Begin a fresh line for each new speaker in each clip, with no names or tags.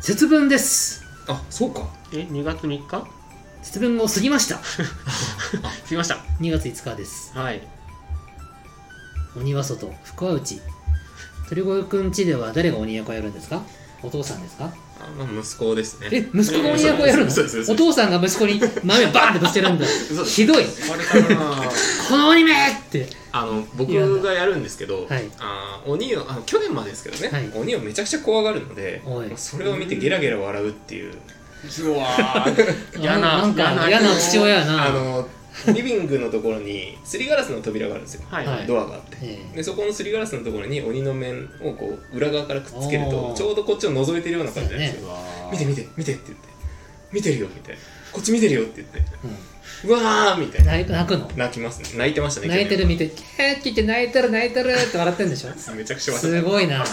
節分です
あそうか
え2月3日
節分を過ぎました
過ぎました
2月5日です
はい
鬼は外福は内鳥越くん家では誰が鬼役をやるんですかお父さんですか
あまあ息子ですね
え息子が鬼役をやるの
そうですそ
お
うで
父
す
さんが息子に豆をバーンってぶつけるんだ
そうです
ひどい
あれかな
この鬼めって
あの僕
言うん
がやるんですけど、
はい
あー鬼をあの去年までですけどね、
はい
鬼をめちゃくちゃ怖がるので
おい
それを見てゲラゲラ笑うっていう
うわー嫌な
なんか嫌な父親やな
あのリビングのところにすりガラスの扉があるんですよ、
はい、
はい
ドアがあって、
ええ
でそこのすりガラスのところに鬼の面をこう裏側からくっつける
お
と
ー
ちょうどこっちを覗いてるような感じなんですよ、
うわー
見て見て見てって言って見てるよみたいなこっち見てるよって言って
う
うわーみたい
ん
な
泣い泣くの
泣きますね泣いてましたね
泣いてる
去
見てキャーって言って泣いてる泣いてるって笑ってんでしょ
年めちゃくちゃ笑っ
すごいな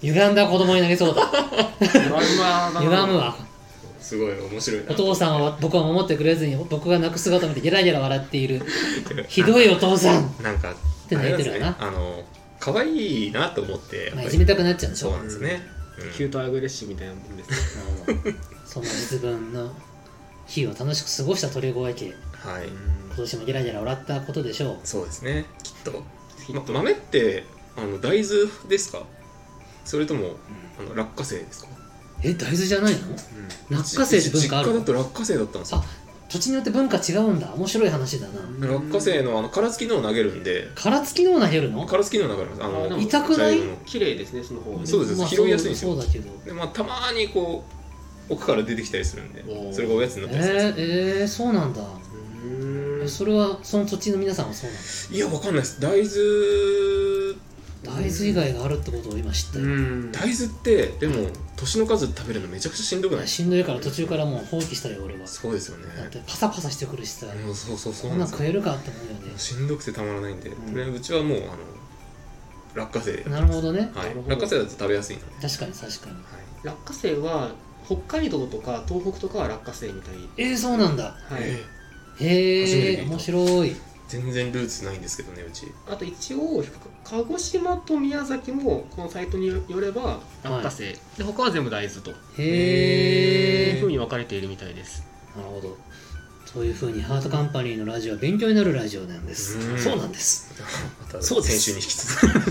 歪んだ子供になりそうだ
歪むわ
歪むわ
たすごい面白いな
お父さんは僕は守ってくれずに僕が泣く姿を見てゲラゲラ笑っているひどいお父さん
なんか
て泣いてるよな
あれんですねあの可愛いなと思ってやっ
まあ、
ぱ
い
り
じめたくなっちゃうんでし
そう
ょ
なんですね、うん
キュートアグレッシブみたいなもんですね
その節分の日を楽しく過ごした鳥越家
はい
今年もゲラゲラ笑ったことでしょう
そうですねきっとま豆ってあの大豆ですかそれともあの落花生ですか
え大豆じゃないの落花生って文化あ
う
る
ち実家だと落花生だったんですよ
あ土地によって文化違うんだ面白い話だな
落花生のあの殻付きのを投げるんで
殻付きのを投げるの
殻付きのを投げるんですあ
あで
の
も
痛くない
茶色の
綺麗ですねその方
そうです拾いやすいんです
そ
よ
うそうだけど
でまあたまにこう奥から出てきたりするんで
おー
それがおやつに
え
なったりするんですよ
ー、えー、そうなんだえそれはその土地の皆さんはそうなんだ
いやわかんないです大豆
大豆以外があるってことを今知ったよ、
ん
大豆ってでも年の数食べるのめちゃくちゃしんどくない
しんどいから途中からもう放棄したよ俺は
そうですよね
だってパサパサしてくるしさ、
うんそうそうそう
こ
なんん
なん
ですよ
食えるかって思うよね
しんどくてたまらないんで、
うん
とりあえずうちはもうあの落花生、
なるほどね
は
なるほ
い、
ど
落花生だと食べやすいので、
確かに確かに
は
落花生は北海道とか東北とかは落花生みたい
えー、そうなんだ
い
はい、
え初め
へ
て
え
聞いた
面白い
ー全然ルーツないんですけどねう ち
あと一応鹿児島と宮崎もこのサイトによれば落花生、で他は全部大豆と
へ
へ
え
いうふうに分かれているみたいです
なるほどそういうふうにハートカンパニーのラジオは勉強になるラジオなんです
うん
そうなんです
また
そうです
先週に引き続き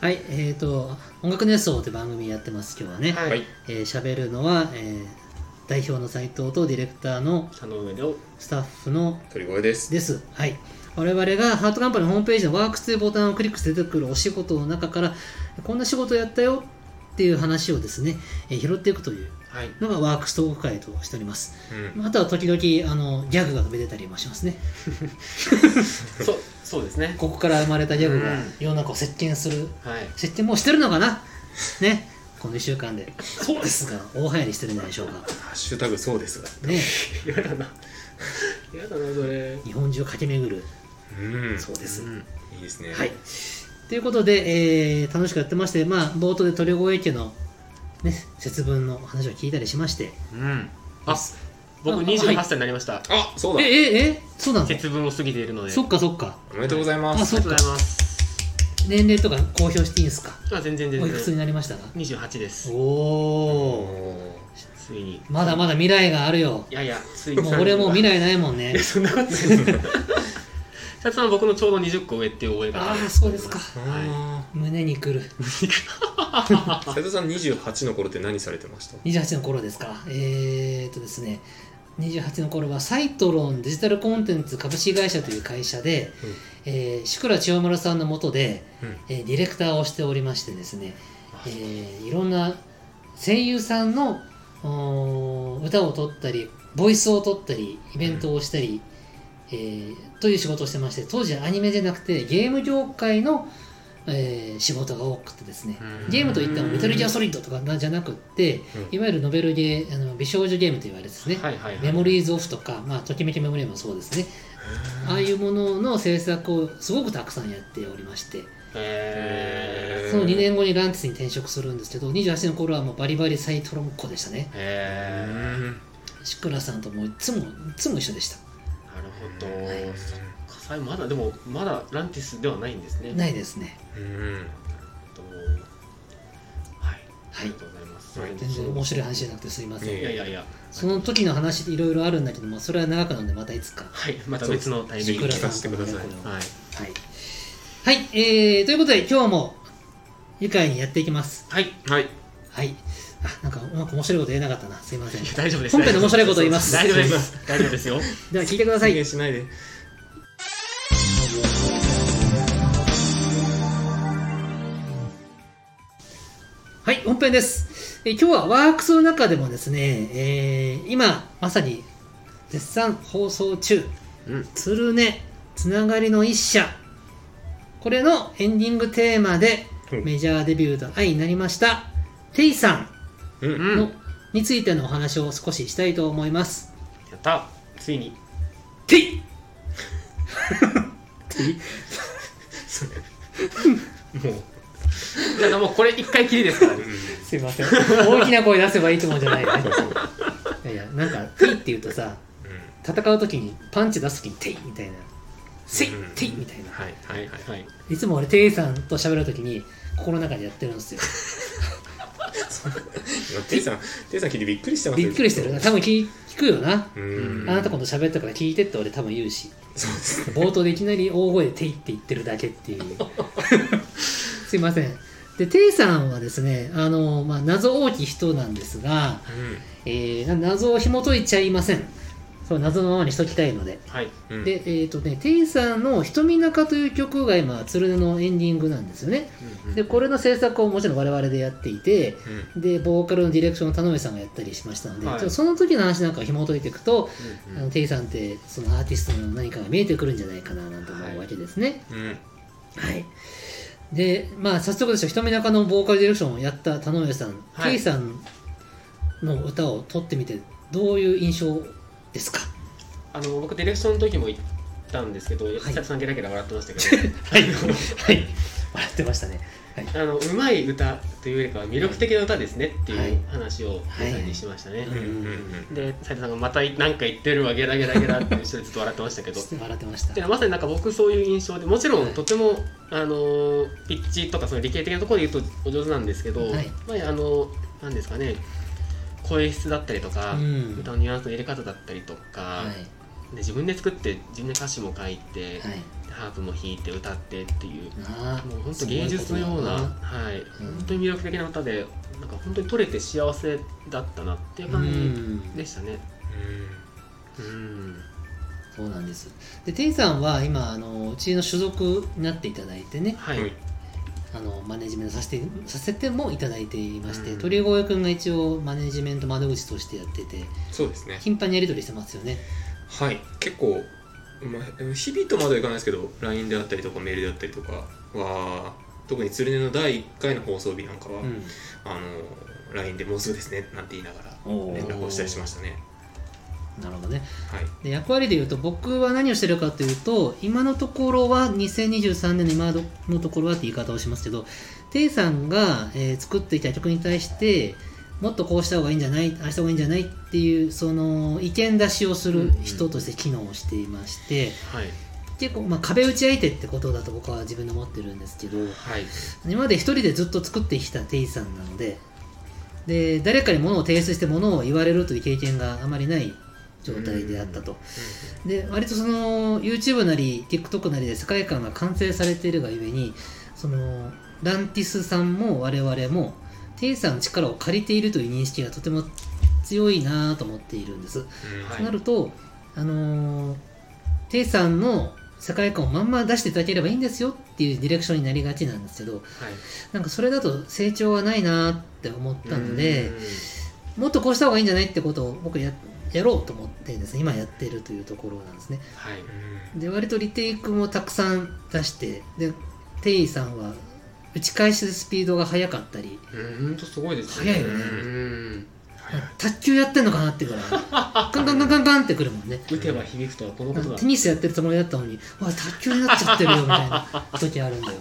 はいえー、と「音楽熱奏」って番組やってます今日はね、
は
はい
えー、喋るのは、えー代表の斉藤とディレクターの
田の 上でを
スタッフの
鳥越です
です。はい。我々がハートカンパニーのホームページのワークスというボタンをクリックして出てくるお仕事の中から、こんな仕事やったよっていう話をですね、えー拾っていくという
はい
のがワークストーク会としております。
うん
あとは時々、あの、ギャグが飛び出たりもしますね。
そうそうですね
ここから生まれたギャグが
うん
世の中を席巻する。
はい
席巻もうしてるのかなね。この1週間で。そうですが、大流行りしてるんじゃないでしょうか。
ハッシュタグそうですが
ね。
嫌だな嫌だなそれ
日本中駆け巡る。
うん
そうです。
ん
いいですね
はい。ということで、えー楽しくやってまして、まあ、冒頭で鳥越家の、ね、節分の話を聞いたりしまして。
うんあ
あ
僕28歳になりました
あそう
え、
だ
え、え、そうなの
節分を過ぎているので
そっかそっか。
おめでとうございます
あそ
ありがとうございます
年齢とか公表していいんですか
あ全然全
おいくつ
然
になりましたか
28です
お
お
お
ー
ついに
ー。まだまだ未来がある よ
い。やいやついに
もう俺もう未来ないもんね
い や。そんなことないです 社長は僕のちょうど20個上っていう覚えが
ああ、そうですか。
は
胸にくる。
あー斉藤さん28の頃って何されてました
28の頃ですか。えーっとですね。28の頃はサイトロンデジタルコンテンツ株式会社という会社で、
うん
えー、シクラ千代丸さんのもとで、
うん
えーディレクターをしておりましてですね、えーいろんな声優さんのおー歌を撮ったりボイスを撮ったりイベントをしたり、えーという仕事をしてまして当時はアニメじゃなくてゲーム業界の、えー仕事が多くてですね
うん
ゲームといってもメタルギアソリッドとかじゃなくって
うん
いわゆるノベルゲーあの美少女ゲームと言われてですね、
いはいはい
メモリーズオフとか、まあ、ときめきメモリーもそうですねああいうものの制作をすごくたくさんやっておりまして
へ
その2年後にランティスに転職するんですけど28の頃はもうバリバリサイトロンコでしたね
ーへーなる
シクラさんともういつもいつも一緒でした
ほど
はい
そっかさまだでもまだランティスではないんですね
ないいですね
うん
とはいありがとうございます。
はい
全然面白い話じゃなくてすいません、
いえ
いやいやいや。
その時の話っていろいろあるんだけどもそれは長くなるんでまたいつか
はい、また別のタイミ
そ
ング
う
で
です聞かせてくださ
シ
い
クラさんからねこれは
はい。
はい、はいえー、ということで今日も愉快にやっていきます
はい。
はい
はいあなんかうまく面白いこと言えなかったなすいません
いや大丈夫です。
本編で面白いこと言います
大丈夫です。大丈夫ですよ。
では聞いてくださ
再
い
現しないで
はい、本編です。えー今日はワークスの中でもですね、えー今まさに絶賛放送中、
うん
鶴ねつながりの一社、これのエンディングテーマで
うん
メジャーデビューと愛になりました、テイさ
う
うん
んの、
ん。
についてのお話を少ししたいと思います。
やった。ついに。
テイ
もう
だからもうこれ一回きりですからね。
う
すいません。大きな声出せばいいと思うんじゃないよね。いやいや、なんか、テイって言うとさ、
んうん
戦う時にパンチ出す時にテイみたいな、セイ
うん
テイみたいな。
はいはいはい
はい。
いつも俺、テイさんと喋るときに、心の中でやってるんです よ。
テイさんテイさん聞いてびっくりしてます
びっくりしてるな。多分聞聞くよな。
うん
あなた今度喋ったから聞いてって俺多分言うし。
そうですね
冒頭でいきなり大声で「テイ」って言ってるだけっていう すいませんでテイさんはですねあの、まあ、謎多き人なんですが、えーな謎を紐解いちゃいませんそう謎のままにしときたいので
はい。
うんうん
でえっ、とねテイさんの「瞳中」という曲が今鶴音のエンディングなんですよね
うん
でこれの制作をもちろん我々でやっていて
うん
でボーカルのディレクションを田上さんがやったりしましたので、
はい
ちょっとその時の話なんかを紐解いていくと
うん
あのテイさんってそのアーティストの何かが見えてくるんじゃないかななんて思うわけですね。
うん
はい、でまあ早速ですよ瞳中のボーカルディレクションをやった田上さん、
はい
テイさんの歌を撮ってみてどういう印象ですか
あの僕ディレクションの時も言ったんですけど、
い
久々さんゲラゲラ笑ってまし たけ
はい、はい、笑ってましたね。
ど、あのうまい歌というよりかは魅力的な歌ですねって
はいいう
話を皆さんにしましたね
う。んうんうん
で斉藤さんがまた何か言ってるわゲラゲラゲラっていう人でずっと笑ってましたけど。
笑ってました
で。まさになんか僕そういう印象でもちろん
はい
とても、あのーピッチとかその理系的なところで言うとお上手なんですけど、
はい
まああのーなんですかね声質だったりとか、
うん
歌のニュアンスの入れ方だったりとか、
はい、
で自分で作って自分で歌詞も書いて、
はい、
ハープも弾いて歌ってっていう
あ
もう本当芸術のようなはい、
ん
本当に魅力的な歌でなんか本当に撮れて幸せだったなっていう
う
感
ん
じでしたね。うん
そうなんですでテイさんは今あのうちの所属になっていただいてね
はい、
はい
あのマネジメントさせてさせてもいただいていまして、
うん
鳥越くんが一応マネジメント窓口としてやってて
そうですね
頻繁にやり取りしてますよね
はい結構まあ日々とまではいかないですけど LINE であったりとかメールであったりとかは特に鶴音の第1回の放送日なんかは、
うん
あの LINE でもうすぐですねなんて言いながら
おー
連絡をしたりしましたね
なるほどね
はい
で役割で言うと僕は何をしてるかというと今のところは2023年の今のところはって言い方をしますけどテイさんが、えー作ってきた曲に対してもっとこうした方がいいんじゃないああした方がいいんじゃないっていうその意見出しをする人として機能していまして、
はい
結構、まあ、壁打ち相手ってことだと僕は自分で思ってるんですけど
はい
今まで一人でずっと作ってきたテイさんなのでで誰かに物を提出して物を言われるという経験があまりない状態であったとで割とその YouTube なり TikTok なりで世界観が完成されているがゆえにそのランティスさんも我々もテイさんの力を借りているという認識がとても強いなぁと思っているんです
うん
はい
となると、あのー、テイさんの世界観をまんま出していただければいいんですよっていうディレクションになりがちなんですけど
はい
なんかそれだと成長はないなって思ったので
うん
もっとこうした方がいいんじゃないってことを僕ややろうと思ってですね今やってるというところなんですね
はい
で割とリテイクもたくさん出してでテイさんは打ち返しスピードが速かったり
うんほんとすごいです
早いよね
うん
卓球やってんのかなって ぐらいカンカンカンカンカンってくるもんね
打てば響くとはこのことだ
テニスやってるつもりだったのに、うわ、卓球になっちゃってるよみたいな時あるんだよ。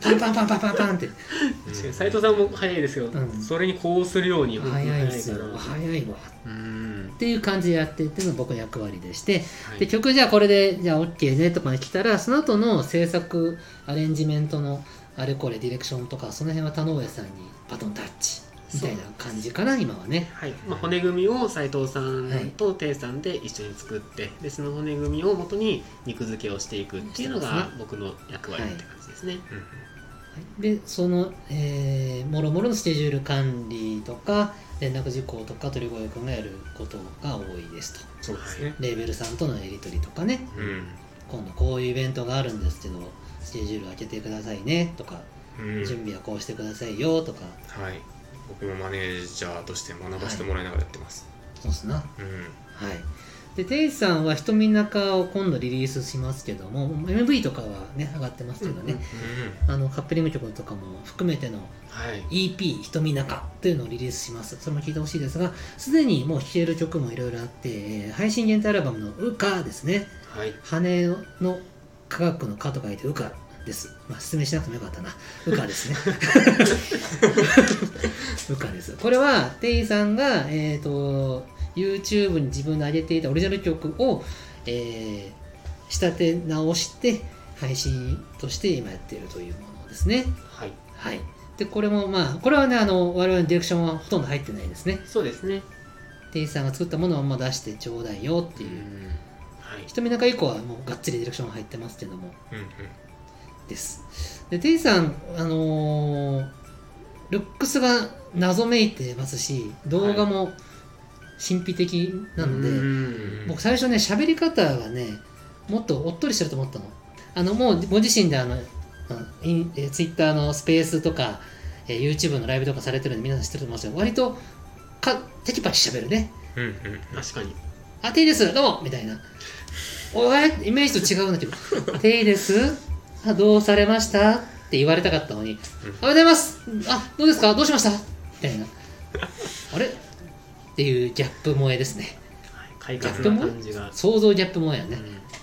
パンパンパンパンパンパンって。
確かに斉藤さんも早いですけど、
うん
それにこうするように本当に
早いですよ
早。いから
早いわ。
うん
っていう感じでやってっていうのが僕の役割でして、
はい
で曲じゃあこれでじゃあ OK ねとかに来たらその後の制作アレンジメントのあれこれディレクションとかその辺は田上さんにバトンタッチみたいな感じかな今はね
はいまあ、骨組みを斉藤さんと亭さんで一緒に作って、でその骨組みを元に肉付けをしていくっていうの
そうです
が
ね
僕の役割って感じですね。
でその、えー、もろもろのスケジュール管理とか連絡事項とか鳥越君がやることが多いですと
そうですね。
レーベルさんとのやり取りとかね
うん。
今度こういうイベントがあるんですけどスケジュール開けてくださいねとか、
うん。
準備はこうしてくださいよとか
はい。僕もマネージャーとして学ばせてもらいながらやってます。
そうっすな
うん。
はいでテイさんは「瞳の中」を今度リリースしますけども MV とかはね上がってますけどね、
うんうん
あのカップリング曲とかも含めての
はい、
EP「瞳の中」というのをリリースしますそれも聴いてほしいですがすでにもう聴ける曲もいろいろあってえー配信限定アルバムの「うか」ですね
はい
羽の科学の科と書いて「うか」です、まあ、説明しなくてもよかったな「うか」です ねうかですこれはテイさんが、えー、と YouTube に自分で上げていたオリジナル曲を、えー仕立て直して配信として今やっているというものですね
はい、
はい。で、これもまあ、これはね、あの、我々のディレクションはほとんど入ってないですね。
そうですね。
店員さんが作ったものをまあ出してちょうだいよって
う
いう。
ん。
はい、
瞳の中以降はもうがっつりディレクション入ってますけども、
うんうん。
です。で、店員さん、あのールックスが謎めいてますし、動画も神秘的なので、
うん
僕最初ね、喋り方がね、もっとおっとりしてると思ったの。あの、もうご自身であの、インえー Twitter のスペースとか、えー YouTube のライブとかされてるんで皆さん知ってると思うんですけど、割と、か、テキパキ喋るね。
うんうん。
確かに
あ、ていです、どうもみたいな。おえイメージと違うんだけど、ていですあ、どうされましたって言われたかったのに、おはようございますあ、どうですかどうしましたみたいな。あれっていうギャップ萌えですね。
はい快活な感じが、
想像ギャップ萌えやね。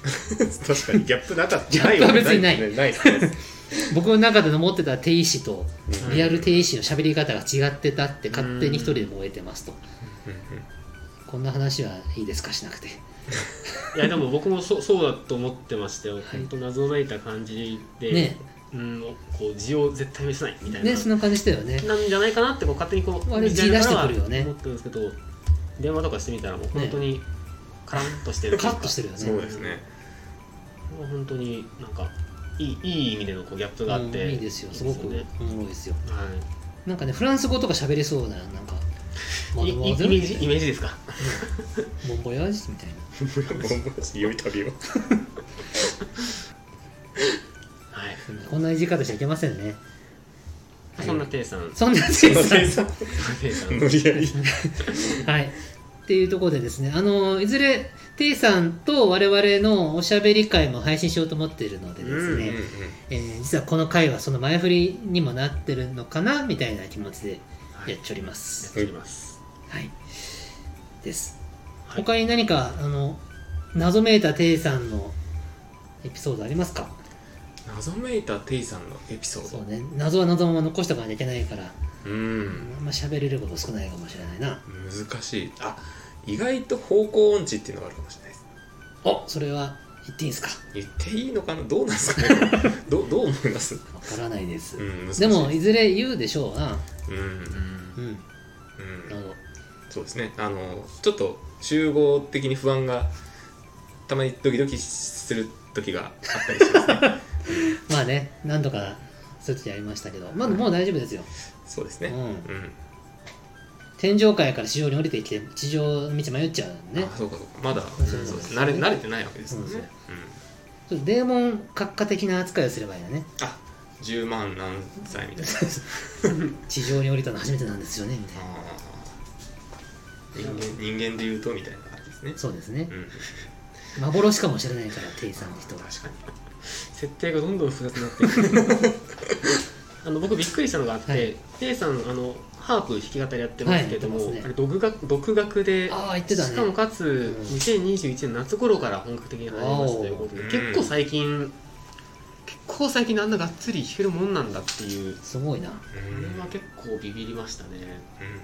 確かにギャップなかった。
ギャップは別にない
ないよね。ないですね
僕の中での持ってた定石と
うん
リアル定石の喋り方が違ってたって勝手に一人で燃えてますと
うんうん
こんな話はいいですかしなくて
いやでも僕もそうそうだと思ってましたよ、
い
本当謎めいた感じで、
ね
うん、こう字を絶対見せないみたいな、
ねその感じしたよね
なんじゃないかなってこう勝手にこう
あれ
見ちゃいながらは
字出してくるよね
思ってるんですけど電話とかしてみたらもう本当にカランとしてる
カッとしてるよ
そう
ね
ですね。
もう本当になんかいいいい意味でのこうギャップがあって、
うんいいですよすごくお
ね
もろいですよ
は
なんかねフランス語とか喋れそうななんか
い、いいイメ
モン
ージイメージですか
ボヤージュみたいな
良い旅を。
はい
すいませんこんな言い方しちゃいけませんねはい
そんなテイさん
そんなせいさん
テイさん
無理やり。
はい。っていうところでですね、あの、いずれ、ていさんと我々のおしゃべり会も配信しようと思っているのでですね、
うんうんうん
えー実はこの回はその前振りにもなってるのかな、みたいな気持ちで
はい
やっ
や
ちょります。
っております
はい。です。
はい
他に何か、あの、謎めいたていさんのエピソードありますか
謎めいたテイさんのエピソード。
そうね、謎は謎のまま残しておかなきゃいけないから、
うん。
あんま喋れること少ないかもしれないな。
難しいあ意外と方向音痴っていうのがあるかもしれないです
おそれは言っていいんですか
言っていいのかなどうなんで すかねどどう思います、
わからないです。
うん、難しい
でもいずれ言うでしょうな。
うんう
う
ん
ん。
う
なんる
そうですねあのちょっと集合的に不安がたまにドキドキする時があったりしま すね
まあね、何度かそういう時ありましたけど、まあもう大丈夫ですよ。
そうです
う
ね
ん。
うん、
天井界から地上に降りてきて、地上の道迷っちゃうんでね
あ。そうかそうかまだ、
ん
そうです慣れ慣れてないわけですもんね、
そううんそうちょっとデーモン閣下的な扱いをすればいいよね。
あ10万何歳みたいな
地上に降りたの初めてなんですよね、みたいな。
あー人間人間で言うとみたいな感じですね
そうですね
う。ん
幻かもしれないから、店員さんの人は。
確かに設定がどんどん複雑になってい くあの僕びっくりしたのがあって、
はい
テイさんあのハープ弾き語りやってますけれども、
はいやってますね
あれ独学独学で
ああ、言ってた
しかも
ね。
かつ
うん
2021年夏頃から本格的に始めましたということで
わお
結構最近結構最近であんながっつり弾けるもんなんだっていう
すごいな。
あ
うん
れは結構ビビりましたね
うんうん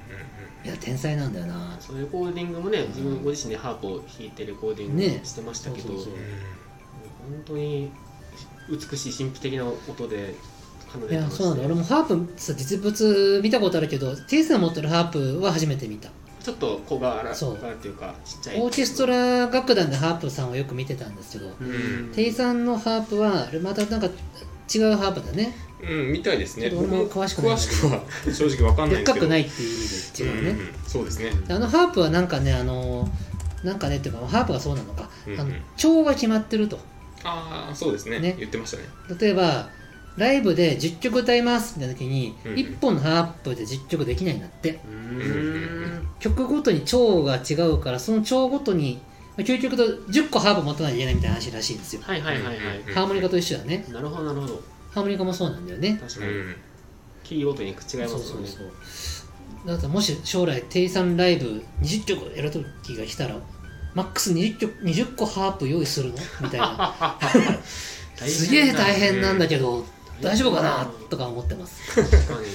いや、天才なんだよな。
そうレコーディングもね自分ご自身でハープを弾いてレコーディング
ね
をしてましたけど、
そうそうそう
うんうん
本当に美しい神秘的な音で花
い
で
や
楽し
そうなんだ
い
俺もハープさ実物見たことあるけどテイスが持ってるハープは初めて見た
ちょっと小柄
そう
小柄っていうかちっちゃい
オーケストラ楽団でハープさんをよく見てたんですけど
うん
テイさんのハープはあれまたなんか違うハープだね
うん、みたいですね。
ちょっと俺も詳しくない
詳しくは正直わかんない
で
ん
っか
ですけど。
くないっていう意味で違うね、
んんそうですね。
あのハープはなんかねあのなんかねっていうかハープがそうなのか、
うんうん
あの調が決まってると
ああ、そうですね
ね
言ってましたね。
例えばライブで10曲歌いますみたいな時に、
うんうん
1本のハープで10曲できないんだって
う
うん
ん
曲ごとに調が違うからその調ごとにまあ究極と10個ハープ持たないといけないみたいな話らしいんですよ、
はいはいはいは
うん
い
ハーモニカと一緒だね
なるほどなるほど
ハーモニカもそうなんだよね
確
う
かに
ん。
キーごとに違いますもんね
そうそうそうだからもし将来テイさんライブ20曲やる時が来たらマックス20曲20個ハープ用意するのみたいな
大変だ
すげえ大変なんだけど大丈夫かなとか思ってます
確かに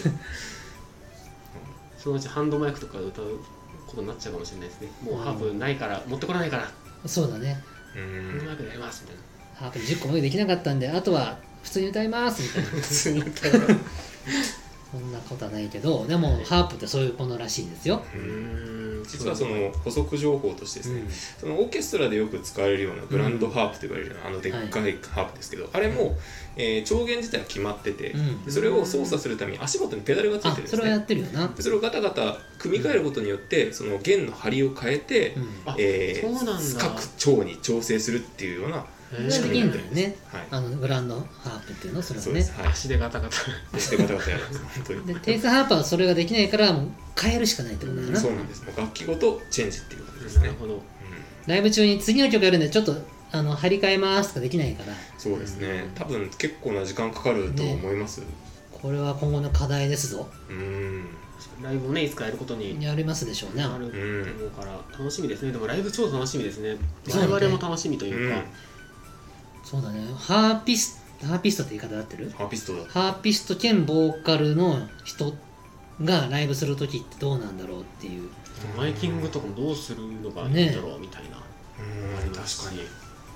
そのうちハンドマイクとかで歌うことになっちゃうかもしれないですねもうハープないから持ってこれないからハ
そうだね
う
ンド
ん。
マイクでやりますみたいな
ハープ10個も用意できなかったんであとは普通に歌いますみたいな
普通に言ったら。う
そんなことはないけどでもハープってそういうものらしいですよ
ん
ん
実はその補足情報としてですね、そのオーケストラでよく使われるようなグランドハープと呼ばれるような、あのでっかいハープですけど、あれも、えー調弦自体は決まってて、
うん
でそれを操作するために足元にペダルがつい
あ
てるんで
そ
す
れはや
ね。
ってるよな
でそれをガタガタ組み替えることによってその弦の張りを変えて、
うん
あ
え
そうなんだ
ー、各腸に調整するっていうような、は
それはできるんだよね
い、
あのグランドハープっていうのそれは
そうで
ね
す、はい、
足でガタガタ
してガタガタやるんです 本当に
でテイスハーパーはそれができないからもう変えるしかないってことだよな
そうなんですもう楽器ごとチェンジっていうことですね、
なる
うん、
ほど
ライブ中に次の曲やるんでちょっとあの張り替えますとかできないから
そうですね多分結構な時間かかると思います、
これは今後の課題ですぞ
うん
ライブをねいつかやることに
やりますでしょうね
なると思うから楽しみですねでもライブ超楽しみですね
そうだね
我々も楽しみというか
そうだねハーピスハーピストって言い方合ってる
ハーピストだ
ハーピスト兼ボーカルの人がライブする時ってどうなんだろうっていう
マイキングとかもどうするのがいいんだろうみたいな
うん確かに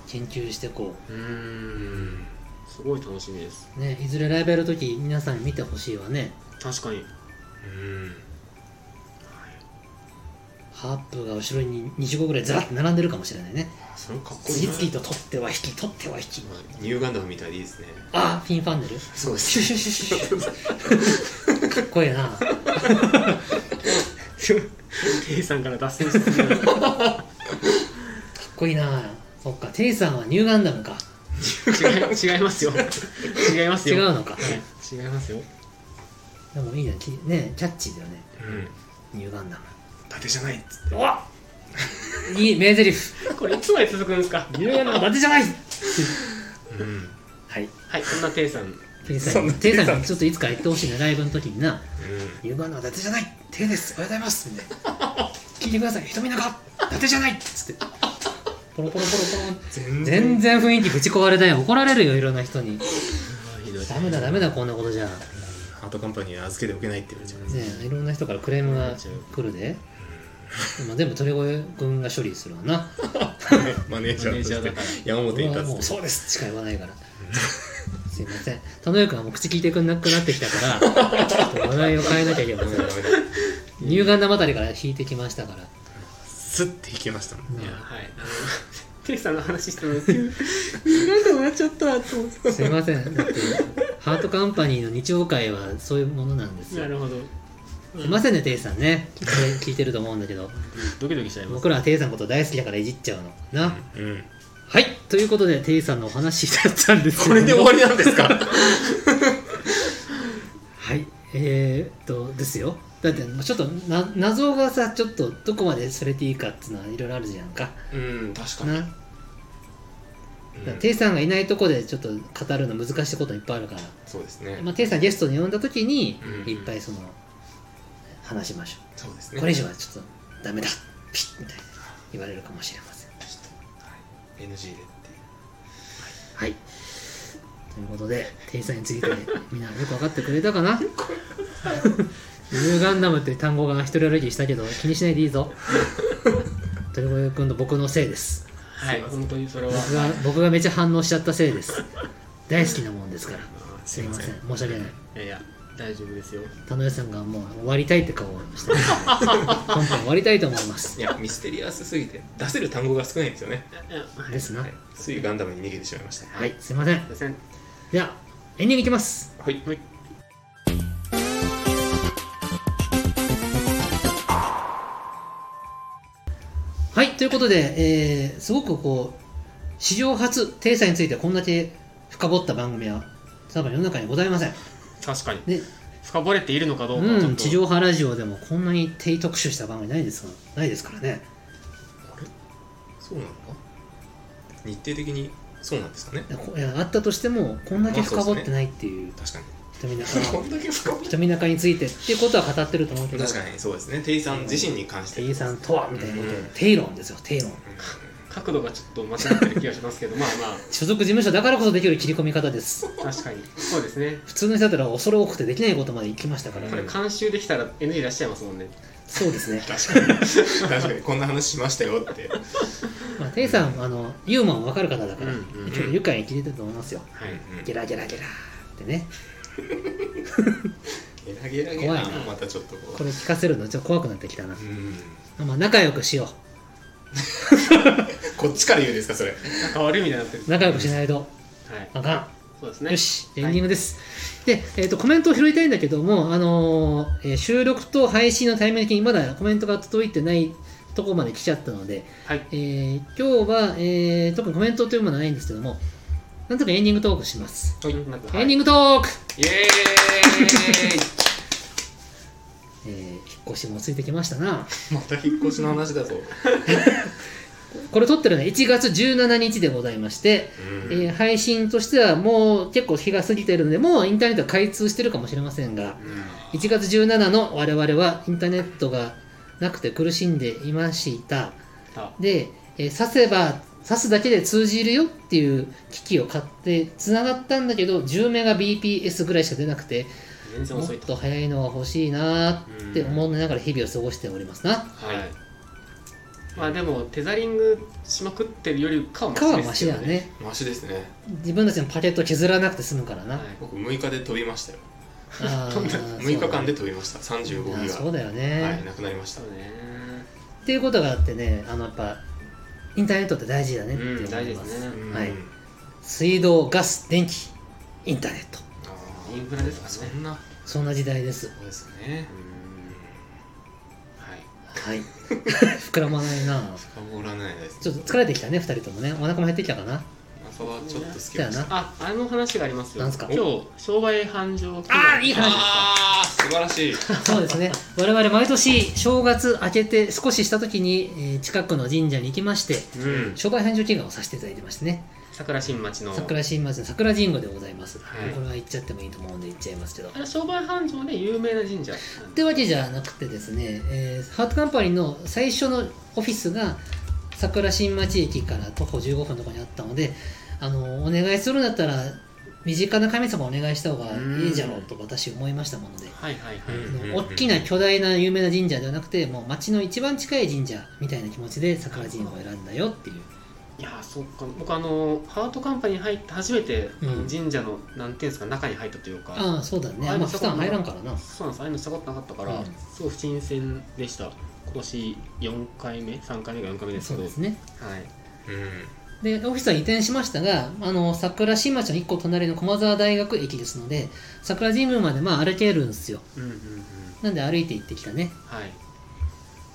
研究してこ
う
うん
んすごい楽しみです
うねいずれライブやる時皆さんに見てほしいわね
確かに
うん
ハープが後ろに20個ぐらいずらって並んでるかもしれないね
あそれかっこいい
次
な
々と取っては引き取っては引き
ニューガンダムみたいでいいですね
あフィンファンネル
そうで
シュシュシュシュシュかっこいいな
ケイさんから脱線しすぎ る
かっこいいなそっかテイさんはニューガンダムか
違い違いますよ違います
違
よ
うのか
違いますよ
でもいいねきねキャッチーだよね
うん伊
ニューガンダム
達じゃないっつって
おいい名台詞
これいつまで続くんですか
ニューガンダム伊達じゃない
うん
はい
はいそんなテイさん
テイさ
そん
ん
な
にテイさんにちょっといつか言ってほしいねライブの時にな
うん
ニューガンダムは伊達じゃないテイですおはようございますみたいな聞いてください瞳の中伊達じゃないっつってポロポロポロポロ
全
全然雰囲気ぶち壊れたよ怒られるよいろんな人に
ひどい
ダメだダメだこんなことじゃ
ハートカンパニーは預けておけないって言われちゃう
ねえいろんな人からクレームが来るでまあ全部鳥越君が処理するわな
マネージャーとして
マネージャーだから
山本
俺
に
は
立
もう
つ
そうですしか言わないからすいません田上君はもう口聞いてくんなくなってきたからちょっと話題を変えなきゃいけません乳がん玉あたりから引いてきましたから
スッて弾けましたもん
いやはいあの テイさんの話してたの急になんかもなっちゃったと思っ
すいませんだってハートカンパニーの日曜会はそういうものなんです
てな
よ
るほど
すいませんねテイさんね聞いて聞いてると思うんだけど
ドキドキしちゃいます
僕らはテイさんのこと大好きだからいじっちゃうのな、
うん
はいということでテイさんのお話だったんですけ
これで終わりなんですか
はいえー、っとですよだってもうちょっとな謎がさちょっとどこまでそれていいかっていうのはいろいろあるじゃんか
うん確かに
な、だからテイさんがいないとこでちょっと語るの難しいこといっぱいあるから、
そうですね
まあ、テイさんゲストに呼んだ時に
うん
いっぱいその話しましょ
そうです
う、
ね
これ以上はちょっとダメだピッみたいな言われるかもしれません
ちょっとはい NG でっていう
はいということで天才についてみんなよく分かってくれたかな ニューガンダムって単語が一人歩きしたけど気にしないでいいぞ鳥越君の僕のせいです
はい本当にそれは
僕が僕がめっちゃ反応しちゃったせいです大好きなもんですから
あん
すみません申し訳ない
いやいや大丈夫ですよ
田辺さんがもう終わりたいって顔をしてますので本編終わりたいと思います
いやミステリアスすぎて出せる単語が少ないんですよね、
ですな
はい、ついガンダムに逃げてしまいました
はいすいません
すいません
ではエンディングいきます
はい
はい
はいということで、えーすごくこう史上初テイさんについてこんだけ深掘った番組は多分世の中にございません
確かに
で
深掘れているのかどうかちょっと、
うん、地上波ラジオでもこんなに低特集した番組ないですからないですからね
そうなのか日程的にそうなんですかね
いやこいやあったとしてもこんだけ深掘ってないっていう
確かに
瞳中
こんだけ深掘り
瞳中についてっていうことは語ってると思うけど
確かにそうですねテイさん自身に関して
テイさんとはみたいなことを
うん
テイロンですよテイロン
角度がちょっと間違ってる気がしますけど まあ
所属事務所だからこそできる切り込み方です
まあ確かにそうですね
普通の人だったら恐れ多くてできないことまで行きましたから、
これ
うん
監修できたら NG 出しちゃいますもんね
そうですね、
確かに確かにこんな話しましたよって
まあ、テイさんあのユーモアも分かる方だから、
うんうん
結構愉快に聞いてたと思いますよ
はい
ゲラゲラゲラーってね
ゲラゲラゲラ
怖いな
またちょっとこ
こ
う
れ聞かせるのちょっと怖くなってきたな
うん
まあ仲良くしよう
こっちから言うんですかそれ
なんか悪いみたいになってる
仲良くしないと
はい
あか
そうです
ん、
ね
よしエンディングです、で、えー、とコメントを拾いたいんだけども、あのーえー収録と配信のタイミング的にまだコメントが届いてないとこまで来ちゃったので、
はい
えー今日は、えー特にコメントというものはないんですけどもなんとかエンディングトークします、
はい、なんかはい
エンディングトーク、
イエ
えー引っ越しもついてきましたな
ーイまた引っ越しの話だぞ、
これ撮ってるのは1月17日でございまして、
うん
えー配信としてはもう結構日が過ぎてるのでもうインターネットが開通してるかもしれませんが、
うん
1月17の我々はインターネットがなくて苦しんでいました
あ
で、えー刺せば刺すだけで通じるよっていう機器を買ってつながったんだけど10メガ BPS ぐらいしか出なくて
全然
もっ
遅いと
と早いのが欲しいなーって思いながら日々を過ごしておりますな
はいまあでもテザリングしまくってるよりかは
かは
マ
マ
シ
シ
で
だ
すけど
ね
マシですね
自分たちのパケット削らなくて済むからな、
はい
僕6日で飛びましたよ
あー
6日間で飛びました35
そうだねあー
ギ
そうだよ
ガ
ね、
はいなくなりました
そうね
っていうことがあってねあのやっぱインターネットって大事だねって思います、
うん大事ですね
うん
はい水道ガス電気インターネット
あ
イン
ー
フラですか
そ
らね
んな
そんな時代です
そうですねうん
はい
はい 膨らまないな
深掘らないです
ちょっと疲れてきたね2人ともねお腹も減ってきたかな
朝はちょっと好きで
だ
し
よな
た
ああの話がありますよ
なんすか
今日商売繁盛記念
あーいい話
あー素晴らしい
そうですね我々毎年正月明けて少しした時に、えー近くの神社に行きまして
うん
商売繁盛祈願をさせていただいてましてね
桜新町の
桜新町の桜神宮でございます、
はい
これは行っちゃってもいいと思うんで行っちゃいますけど
あれ商売繁盛で有名な神社
ってわけじゃなくてですね、えーハートカンパニーの最初のオフィスが桜新町駅から徒歩15分のところにあったのであのお願いするんだったら身近な神様お願いした方がいいじゃろうと私思いましたもので、
はいはいはい、
うん
あの大きな巨大な有名な神社ではなくてもう町の一番近い神社みたいな気持ちで桜神社を選んだよっていう
いやーそっか僕あのハートカンパニー入って初めて、
う
あの
ん
神社のなんていうんですか中に入ったというか
ああそうだね
あ
あんま
そ
普
こも
段入らんからな
そうなんですああいうのしたことなかったから、
うん
すごい不新鮮でした今年4回目3回目が4回目です
そ
け
う
ど
ですね
はい
うん
でオフィスは移転しましたがあの桜新町の1個隣の駒沢大学駅ですので桜神宮までまあ歩けるんですよ
うんうんうん
なんで歩いて行ってきたね、
はい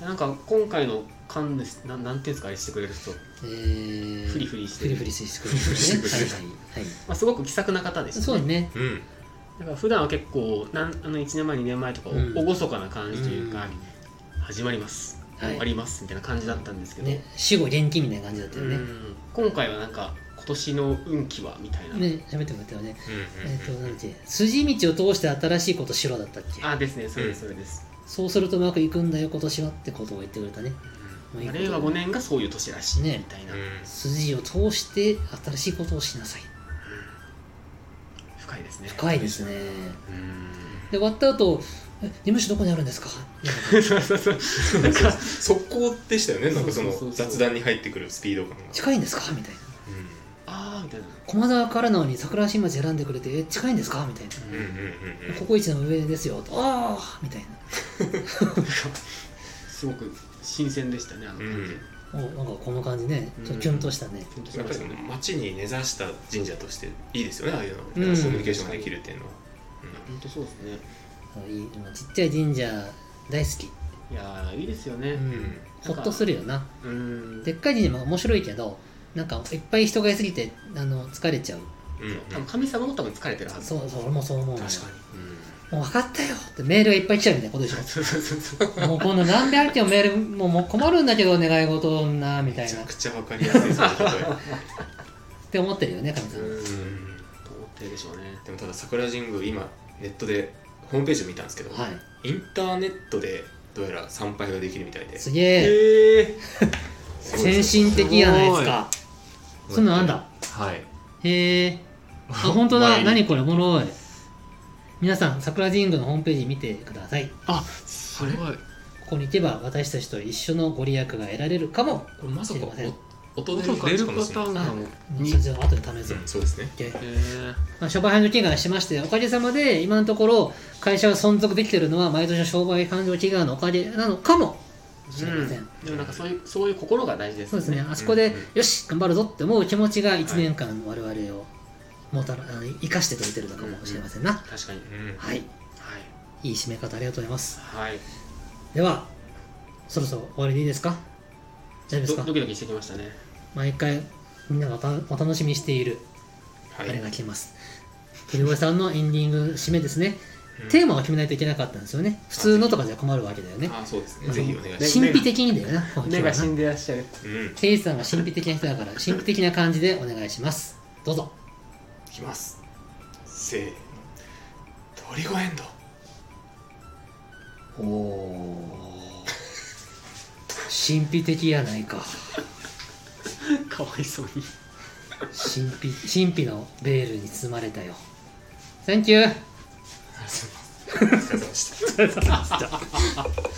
なんか今回の神主なんなんていうんですかあれしてくれる人、
えー、
フリフリして
フリフリしてくれる人
フリフリして
ねは
く
いはい、はい
まあ、すごく気さくな方でした、ね、
そうね
うん
だから普段は結構なんあの1年前2年前とかお
うん
厳かな感じというか、
う
始まります、
はい
終わりますみたいな感じだったんですけ
ん
ど、
ね死後現金みたいな感じだったよ
う
ね
ん今回はなんか今年の運気はみたいな、
ね喋ってもらったよね、
うん
えっ、となんだっけ筋道を通して新しいことしろだったっけ
あですねそれですそれです、
そうするとうまくいくんだよ今年はってことを言ってくれたねうん
まあ令和5年がそういう年らしいみ
ね
たいな、
うんうん
筋を通して新しいことをしなさい
深いですね
深いですね
うん
で終わった後え事務所どこにあるんですかなんか
そうそうそうなんか
速攻でしたよねなんかそ
そうそうそう
の
そう
雑談に入ってくるスピード感が
近いんですかみたいな
うん
ああみたいな、
駒沢からなのに桜新町選んでくれてえ近いんですかみたいな、
うんうんうんうん
ココイチの上ですよとああみたい
すごく新鮮でしたねあの感じ、
うん
なおなんかこの感じねちょっとキュンとしたね、
キュンとし
やっ
ま
ぱ
し
り
た
その
ね
町に根ざした神社としていいですよねああいうの、
うん
コミュニケーションができるっていうのは、
本当そうですね
いいもうちっちゃい神社大好き、
いやーいいですよね、
うん
うん
ほっとするよな
うん、
でっかい神社も面白いけどなんかいっぱい人がいすぎてあの疲れちゃう
うんうん
多分神様も多分疲れてるはず
そうそう俺もそう思うのよ
確か
もう分かったよってメールがいっぱい来ちゃうみたいなことでしょ
そうそうそうそう
もうこの何百件もメールもうもう困るんだけど願い事なみ
に
た
め
い
ち
な
ゃ
っ
くちゃわかりやすいその例え
て思ってるよね神さん、
うん
うん
と思ってるでしょうね
でもただ桜神宮今ネットでホームページを見たんですけど、
はい
インターネットでどうやら参拝ができるみたいです
げえ
ええ
先進的やないですかそんなんあんだ
はい
へえあ本当だ
前に
何これおもろい皆さん桜神宮のホームページ見てくださいこ
あすごい
こに行けば私たちと一緒のご利益が得られるかも
これまさ
知
か
りません
お音出
音
る
が出る
か
パ
もし
タ
れない
ーンがもう
じゃあ後で試す
うんそうですね
OK
えー
まあ、商売繁盛祈願しましておかげさまで今のところ会社が存続できているのは毎年の商売繁盛祈願のおかげなのかもしれません、
でもなんかそういうそういう心が大事です
そうですねあそこで、
うんうん
よし頑張るぞって思う気持ちが1年間我々をもたらあの生かしてくれてるのかもしれませんな、
確かに
うん
はい
はい
いい締め方ありがとうございます
はい
ではそろそろ終わりでいいですか大丈夫です
ド
か
ドキドキしてきましたね
毎回みんながおたお楽しみにしているあ
は
れ
い
が来ます鳥越さんのエンディング締めですね
うん
テーマを決めないといけなかったんですよね普通のとかじゃ困るわけだよね
あそうです
あ
ね
の
ぜひお願いし
神秘的にだよな今日
目
は
が
な
死んでらっしゃる
ますうん
定一さんは神秘的な人だから神秘的な感じでお願いしますどうぞ
いきますせーのトリゴエンド
おお神秘的やないか
かわいそうに
神秘神秘のベールに包まれたよ Thank you!
お疲れ様でした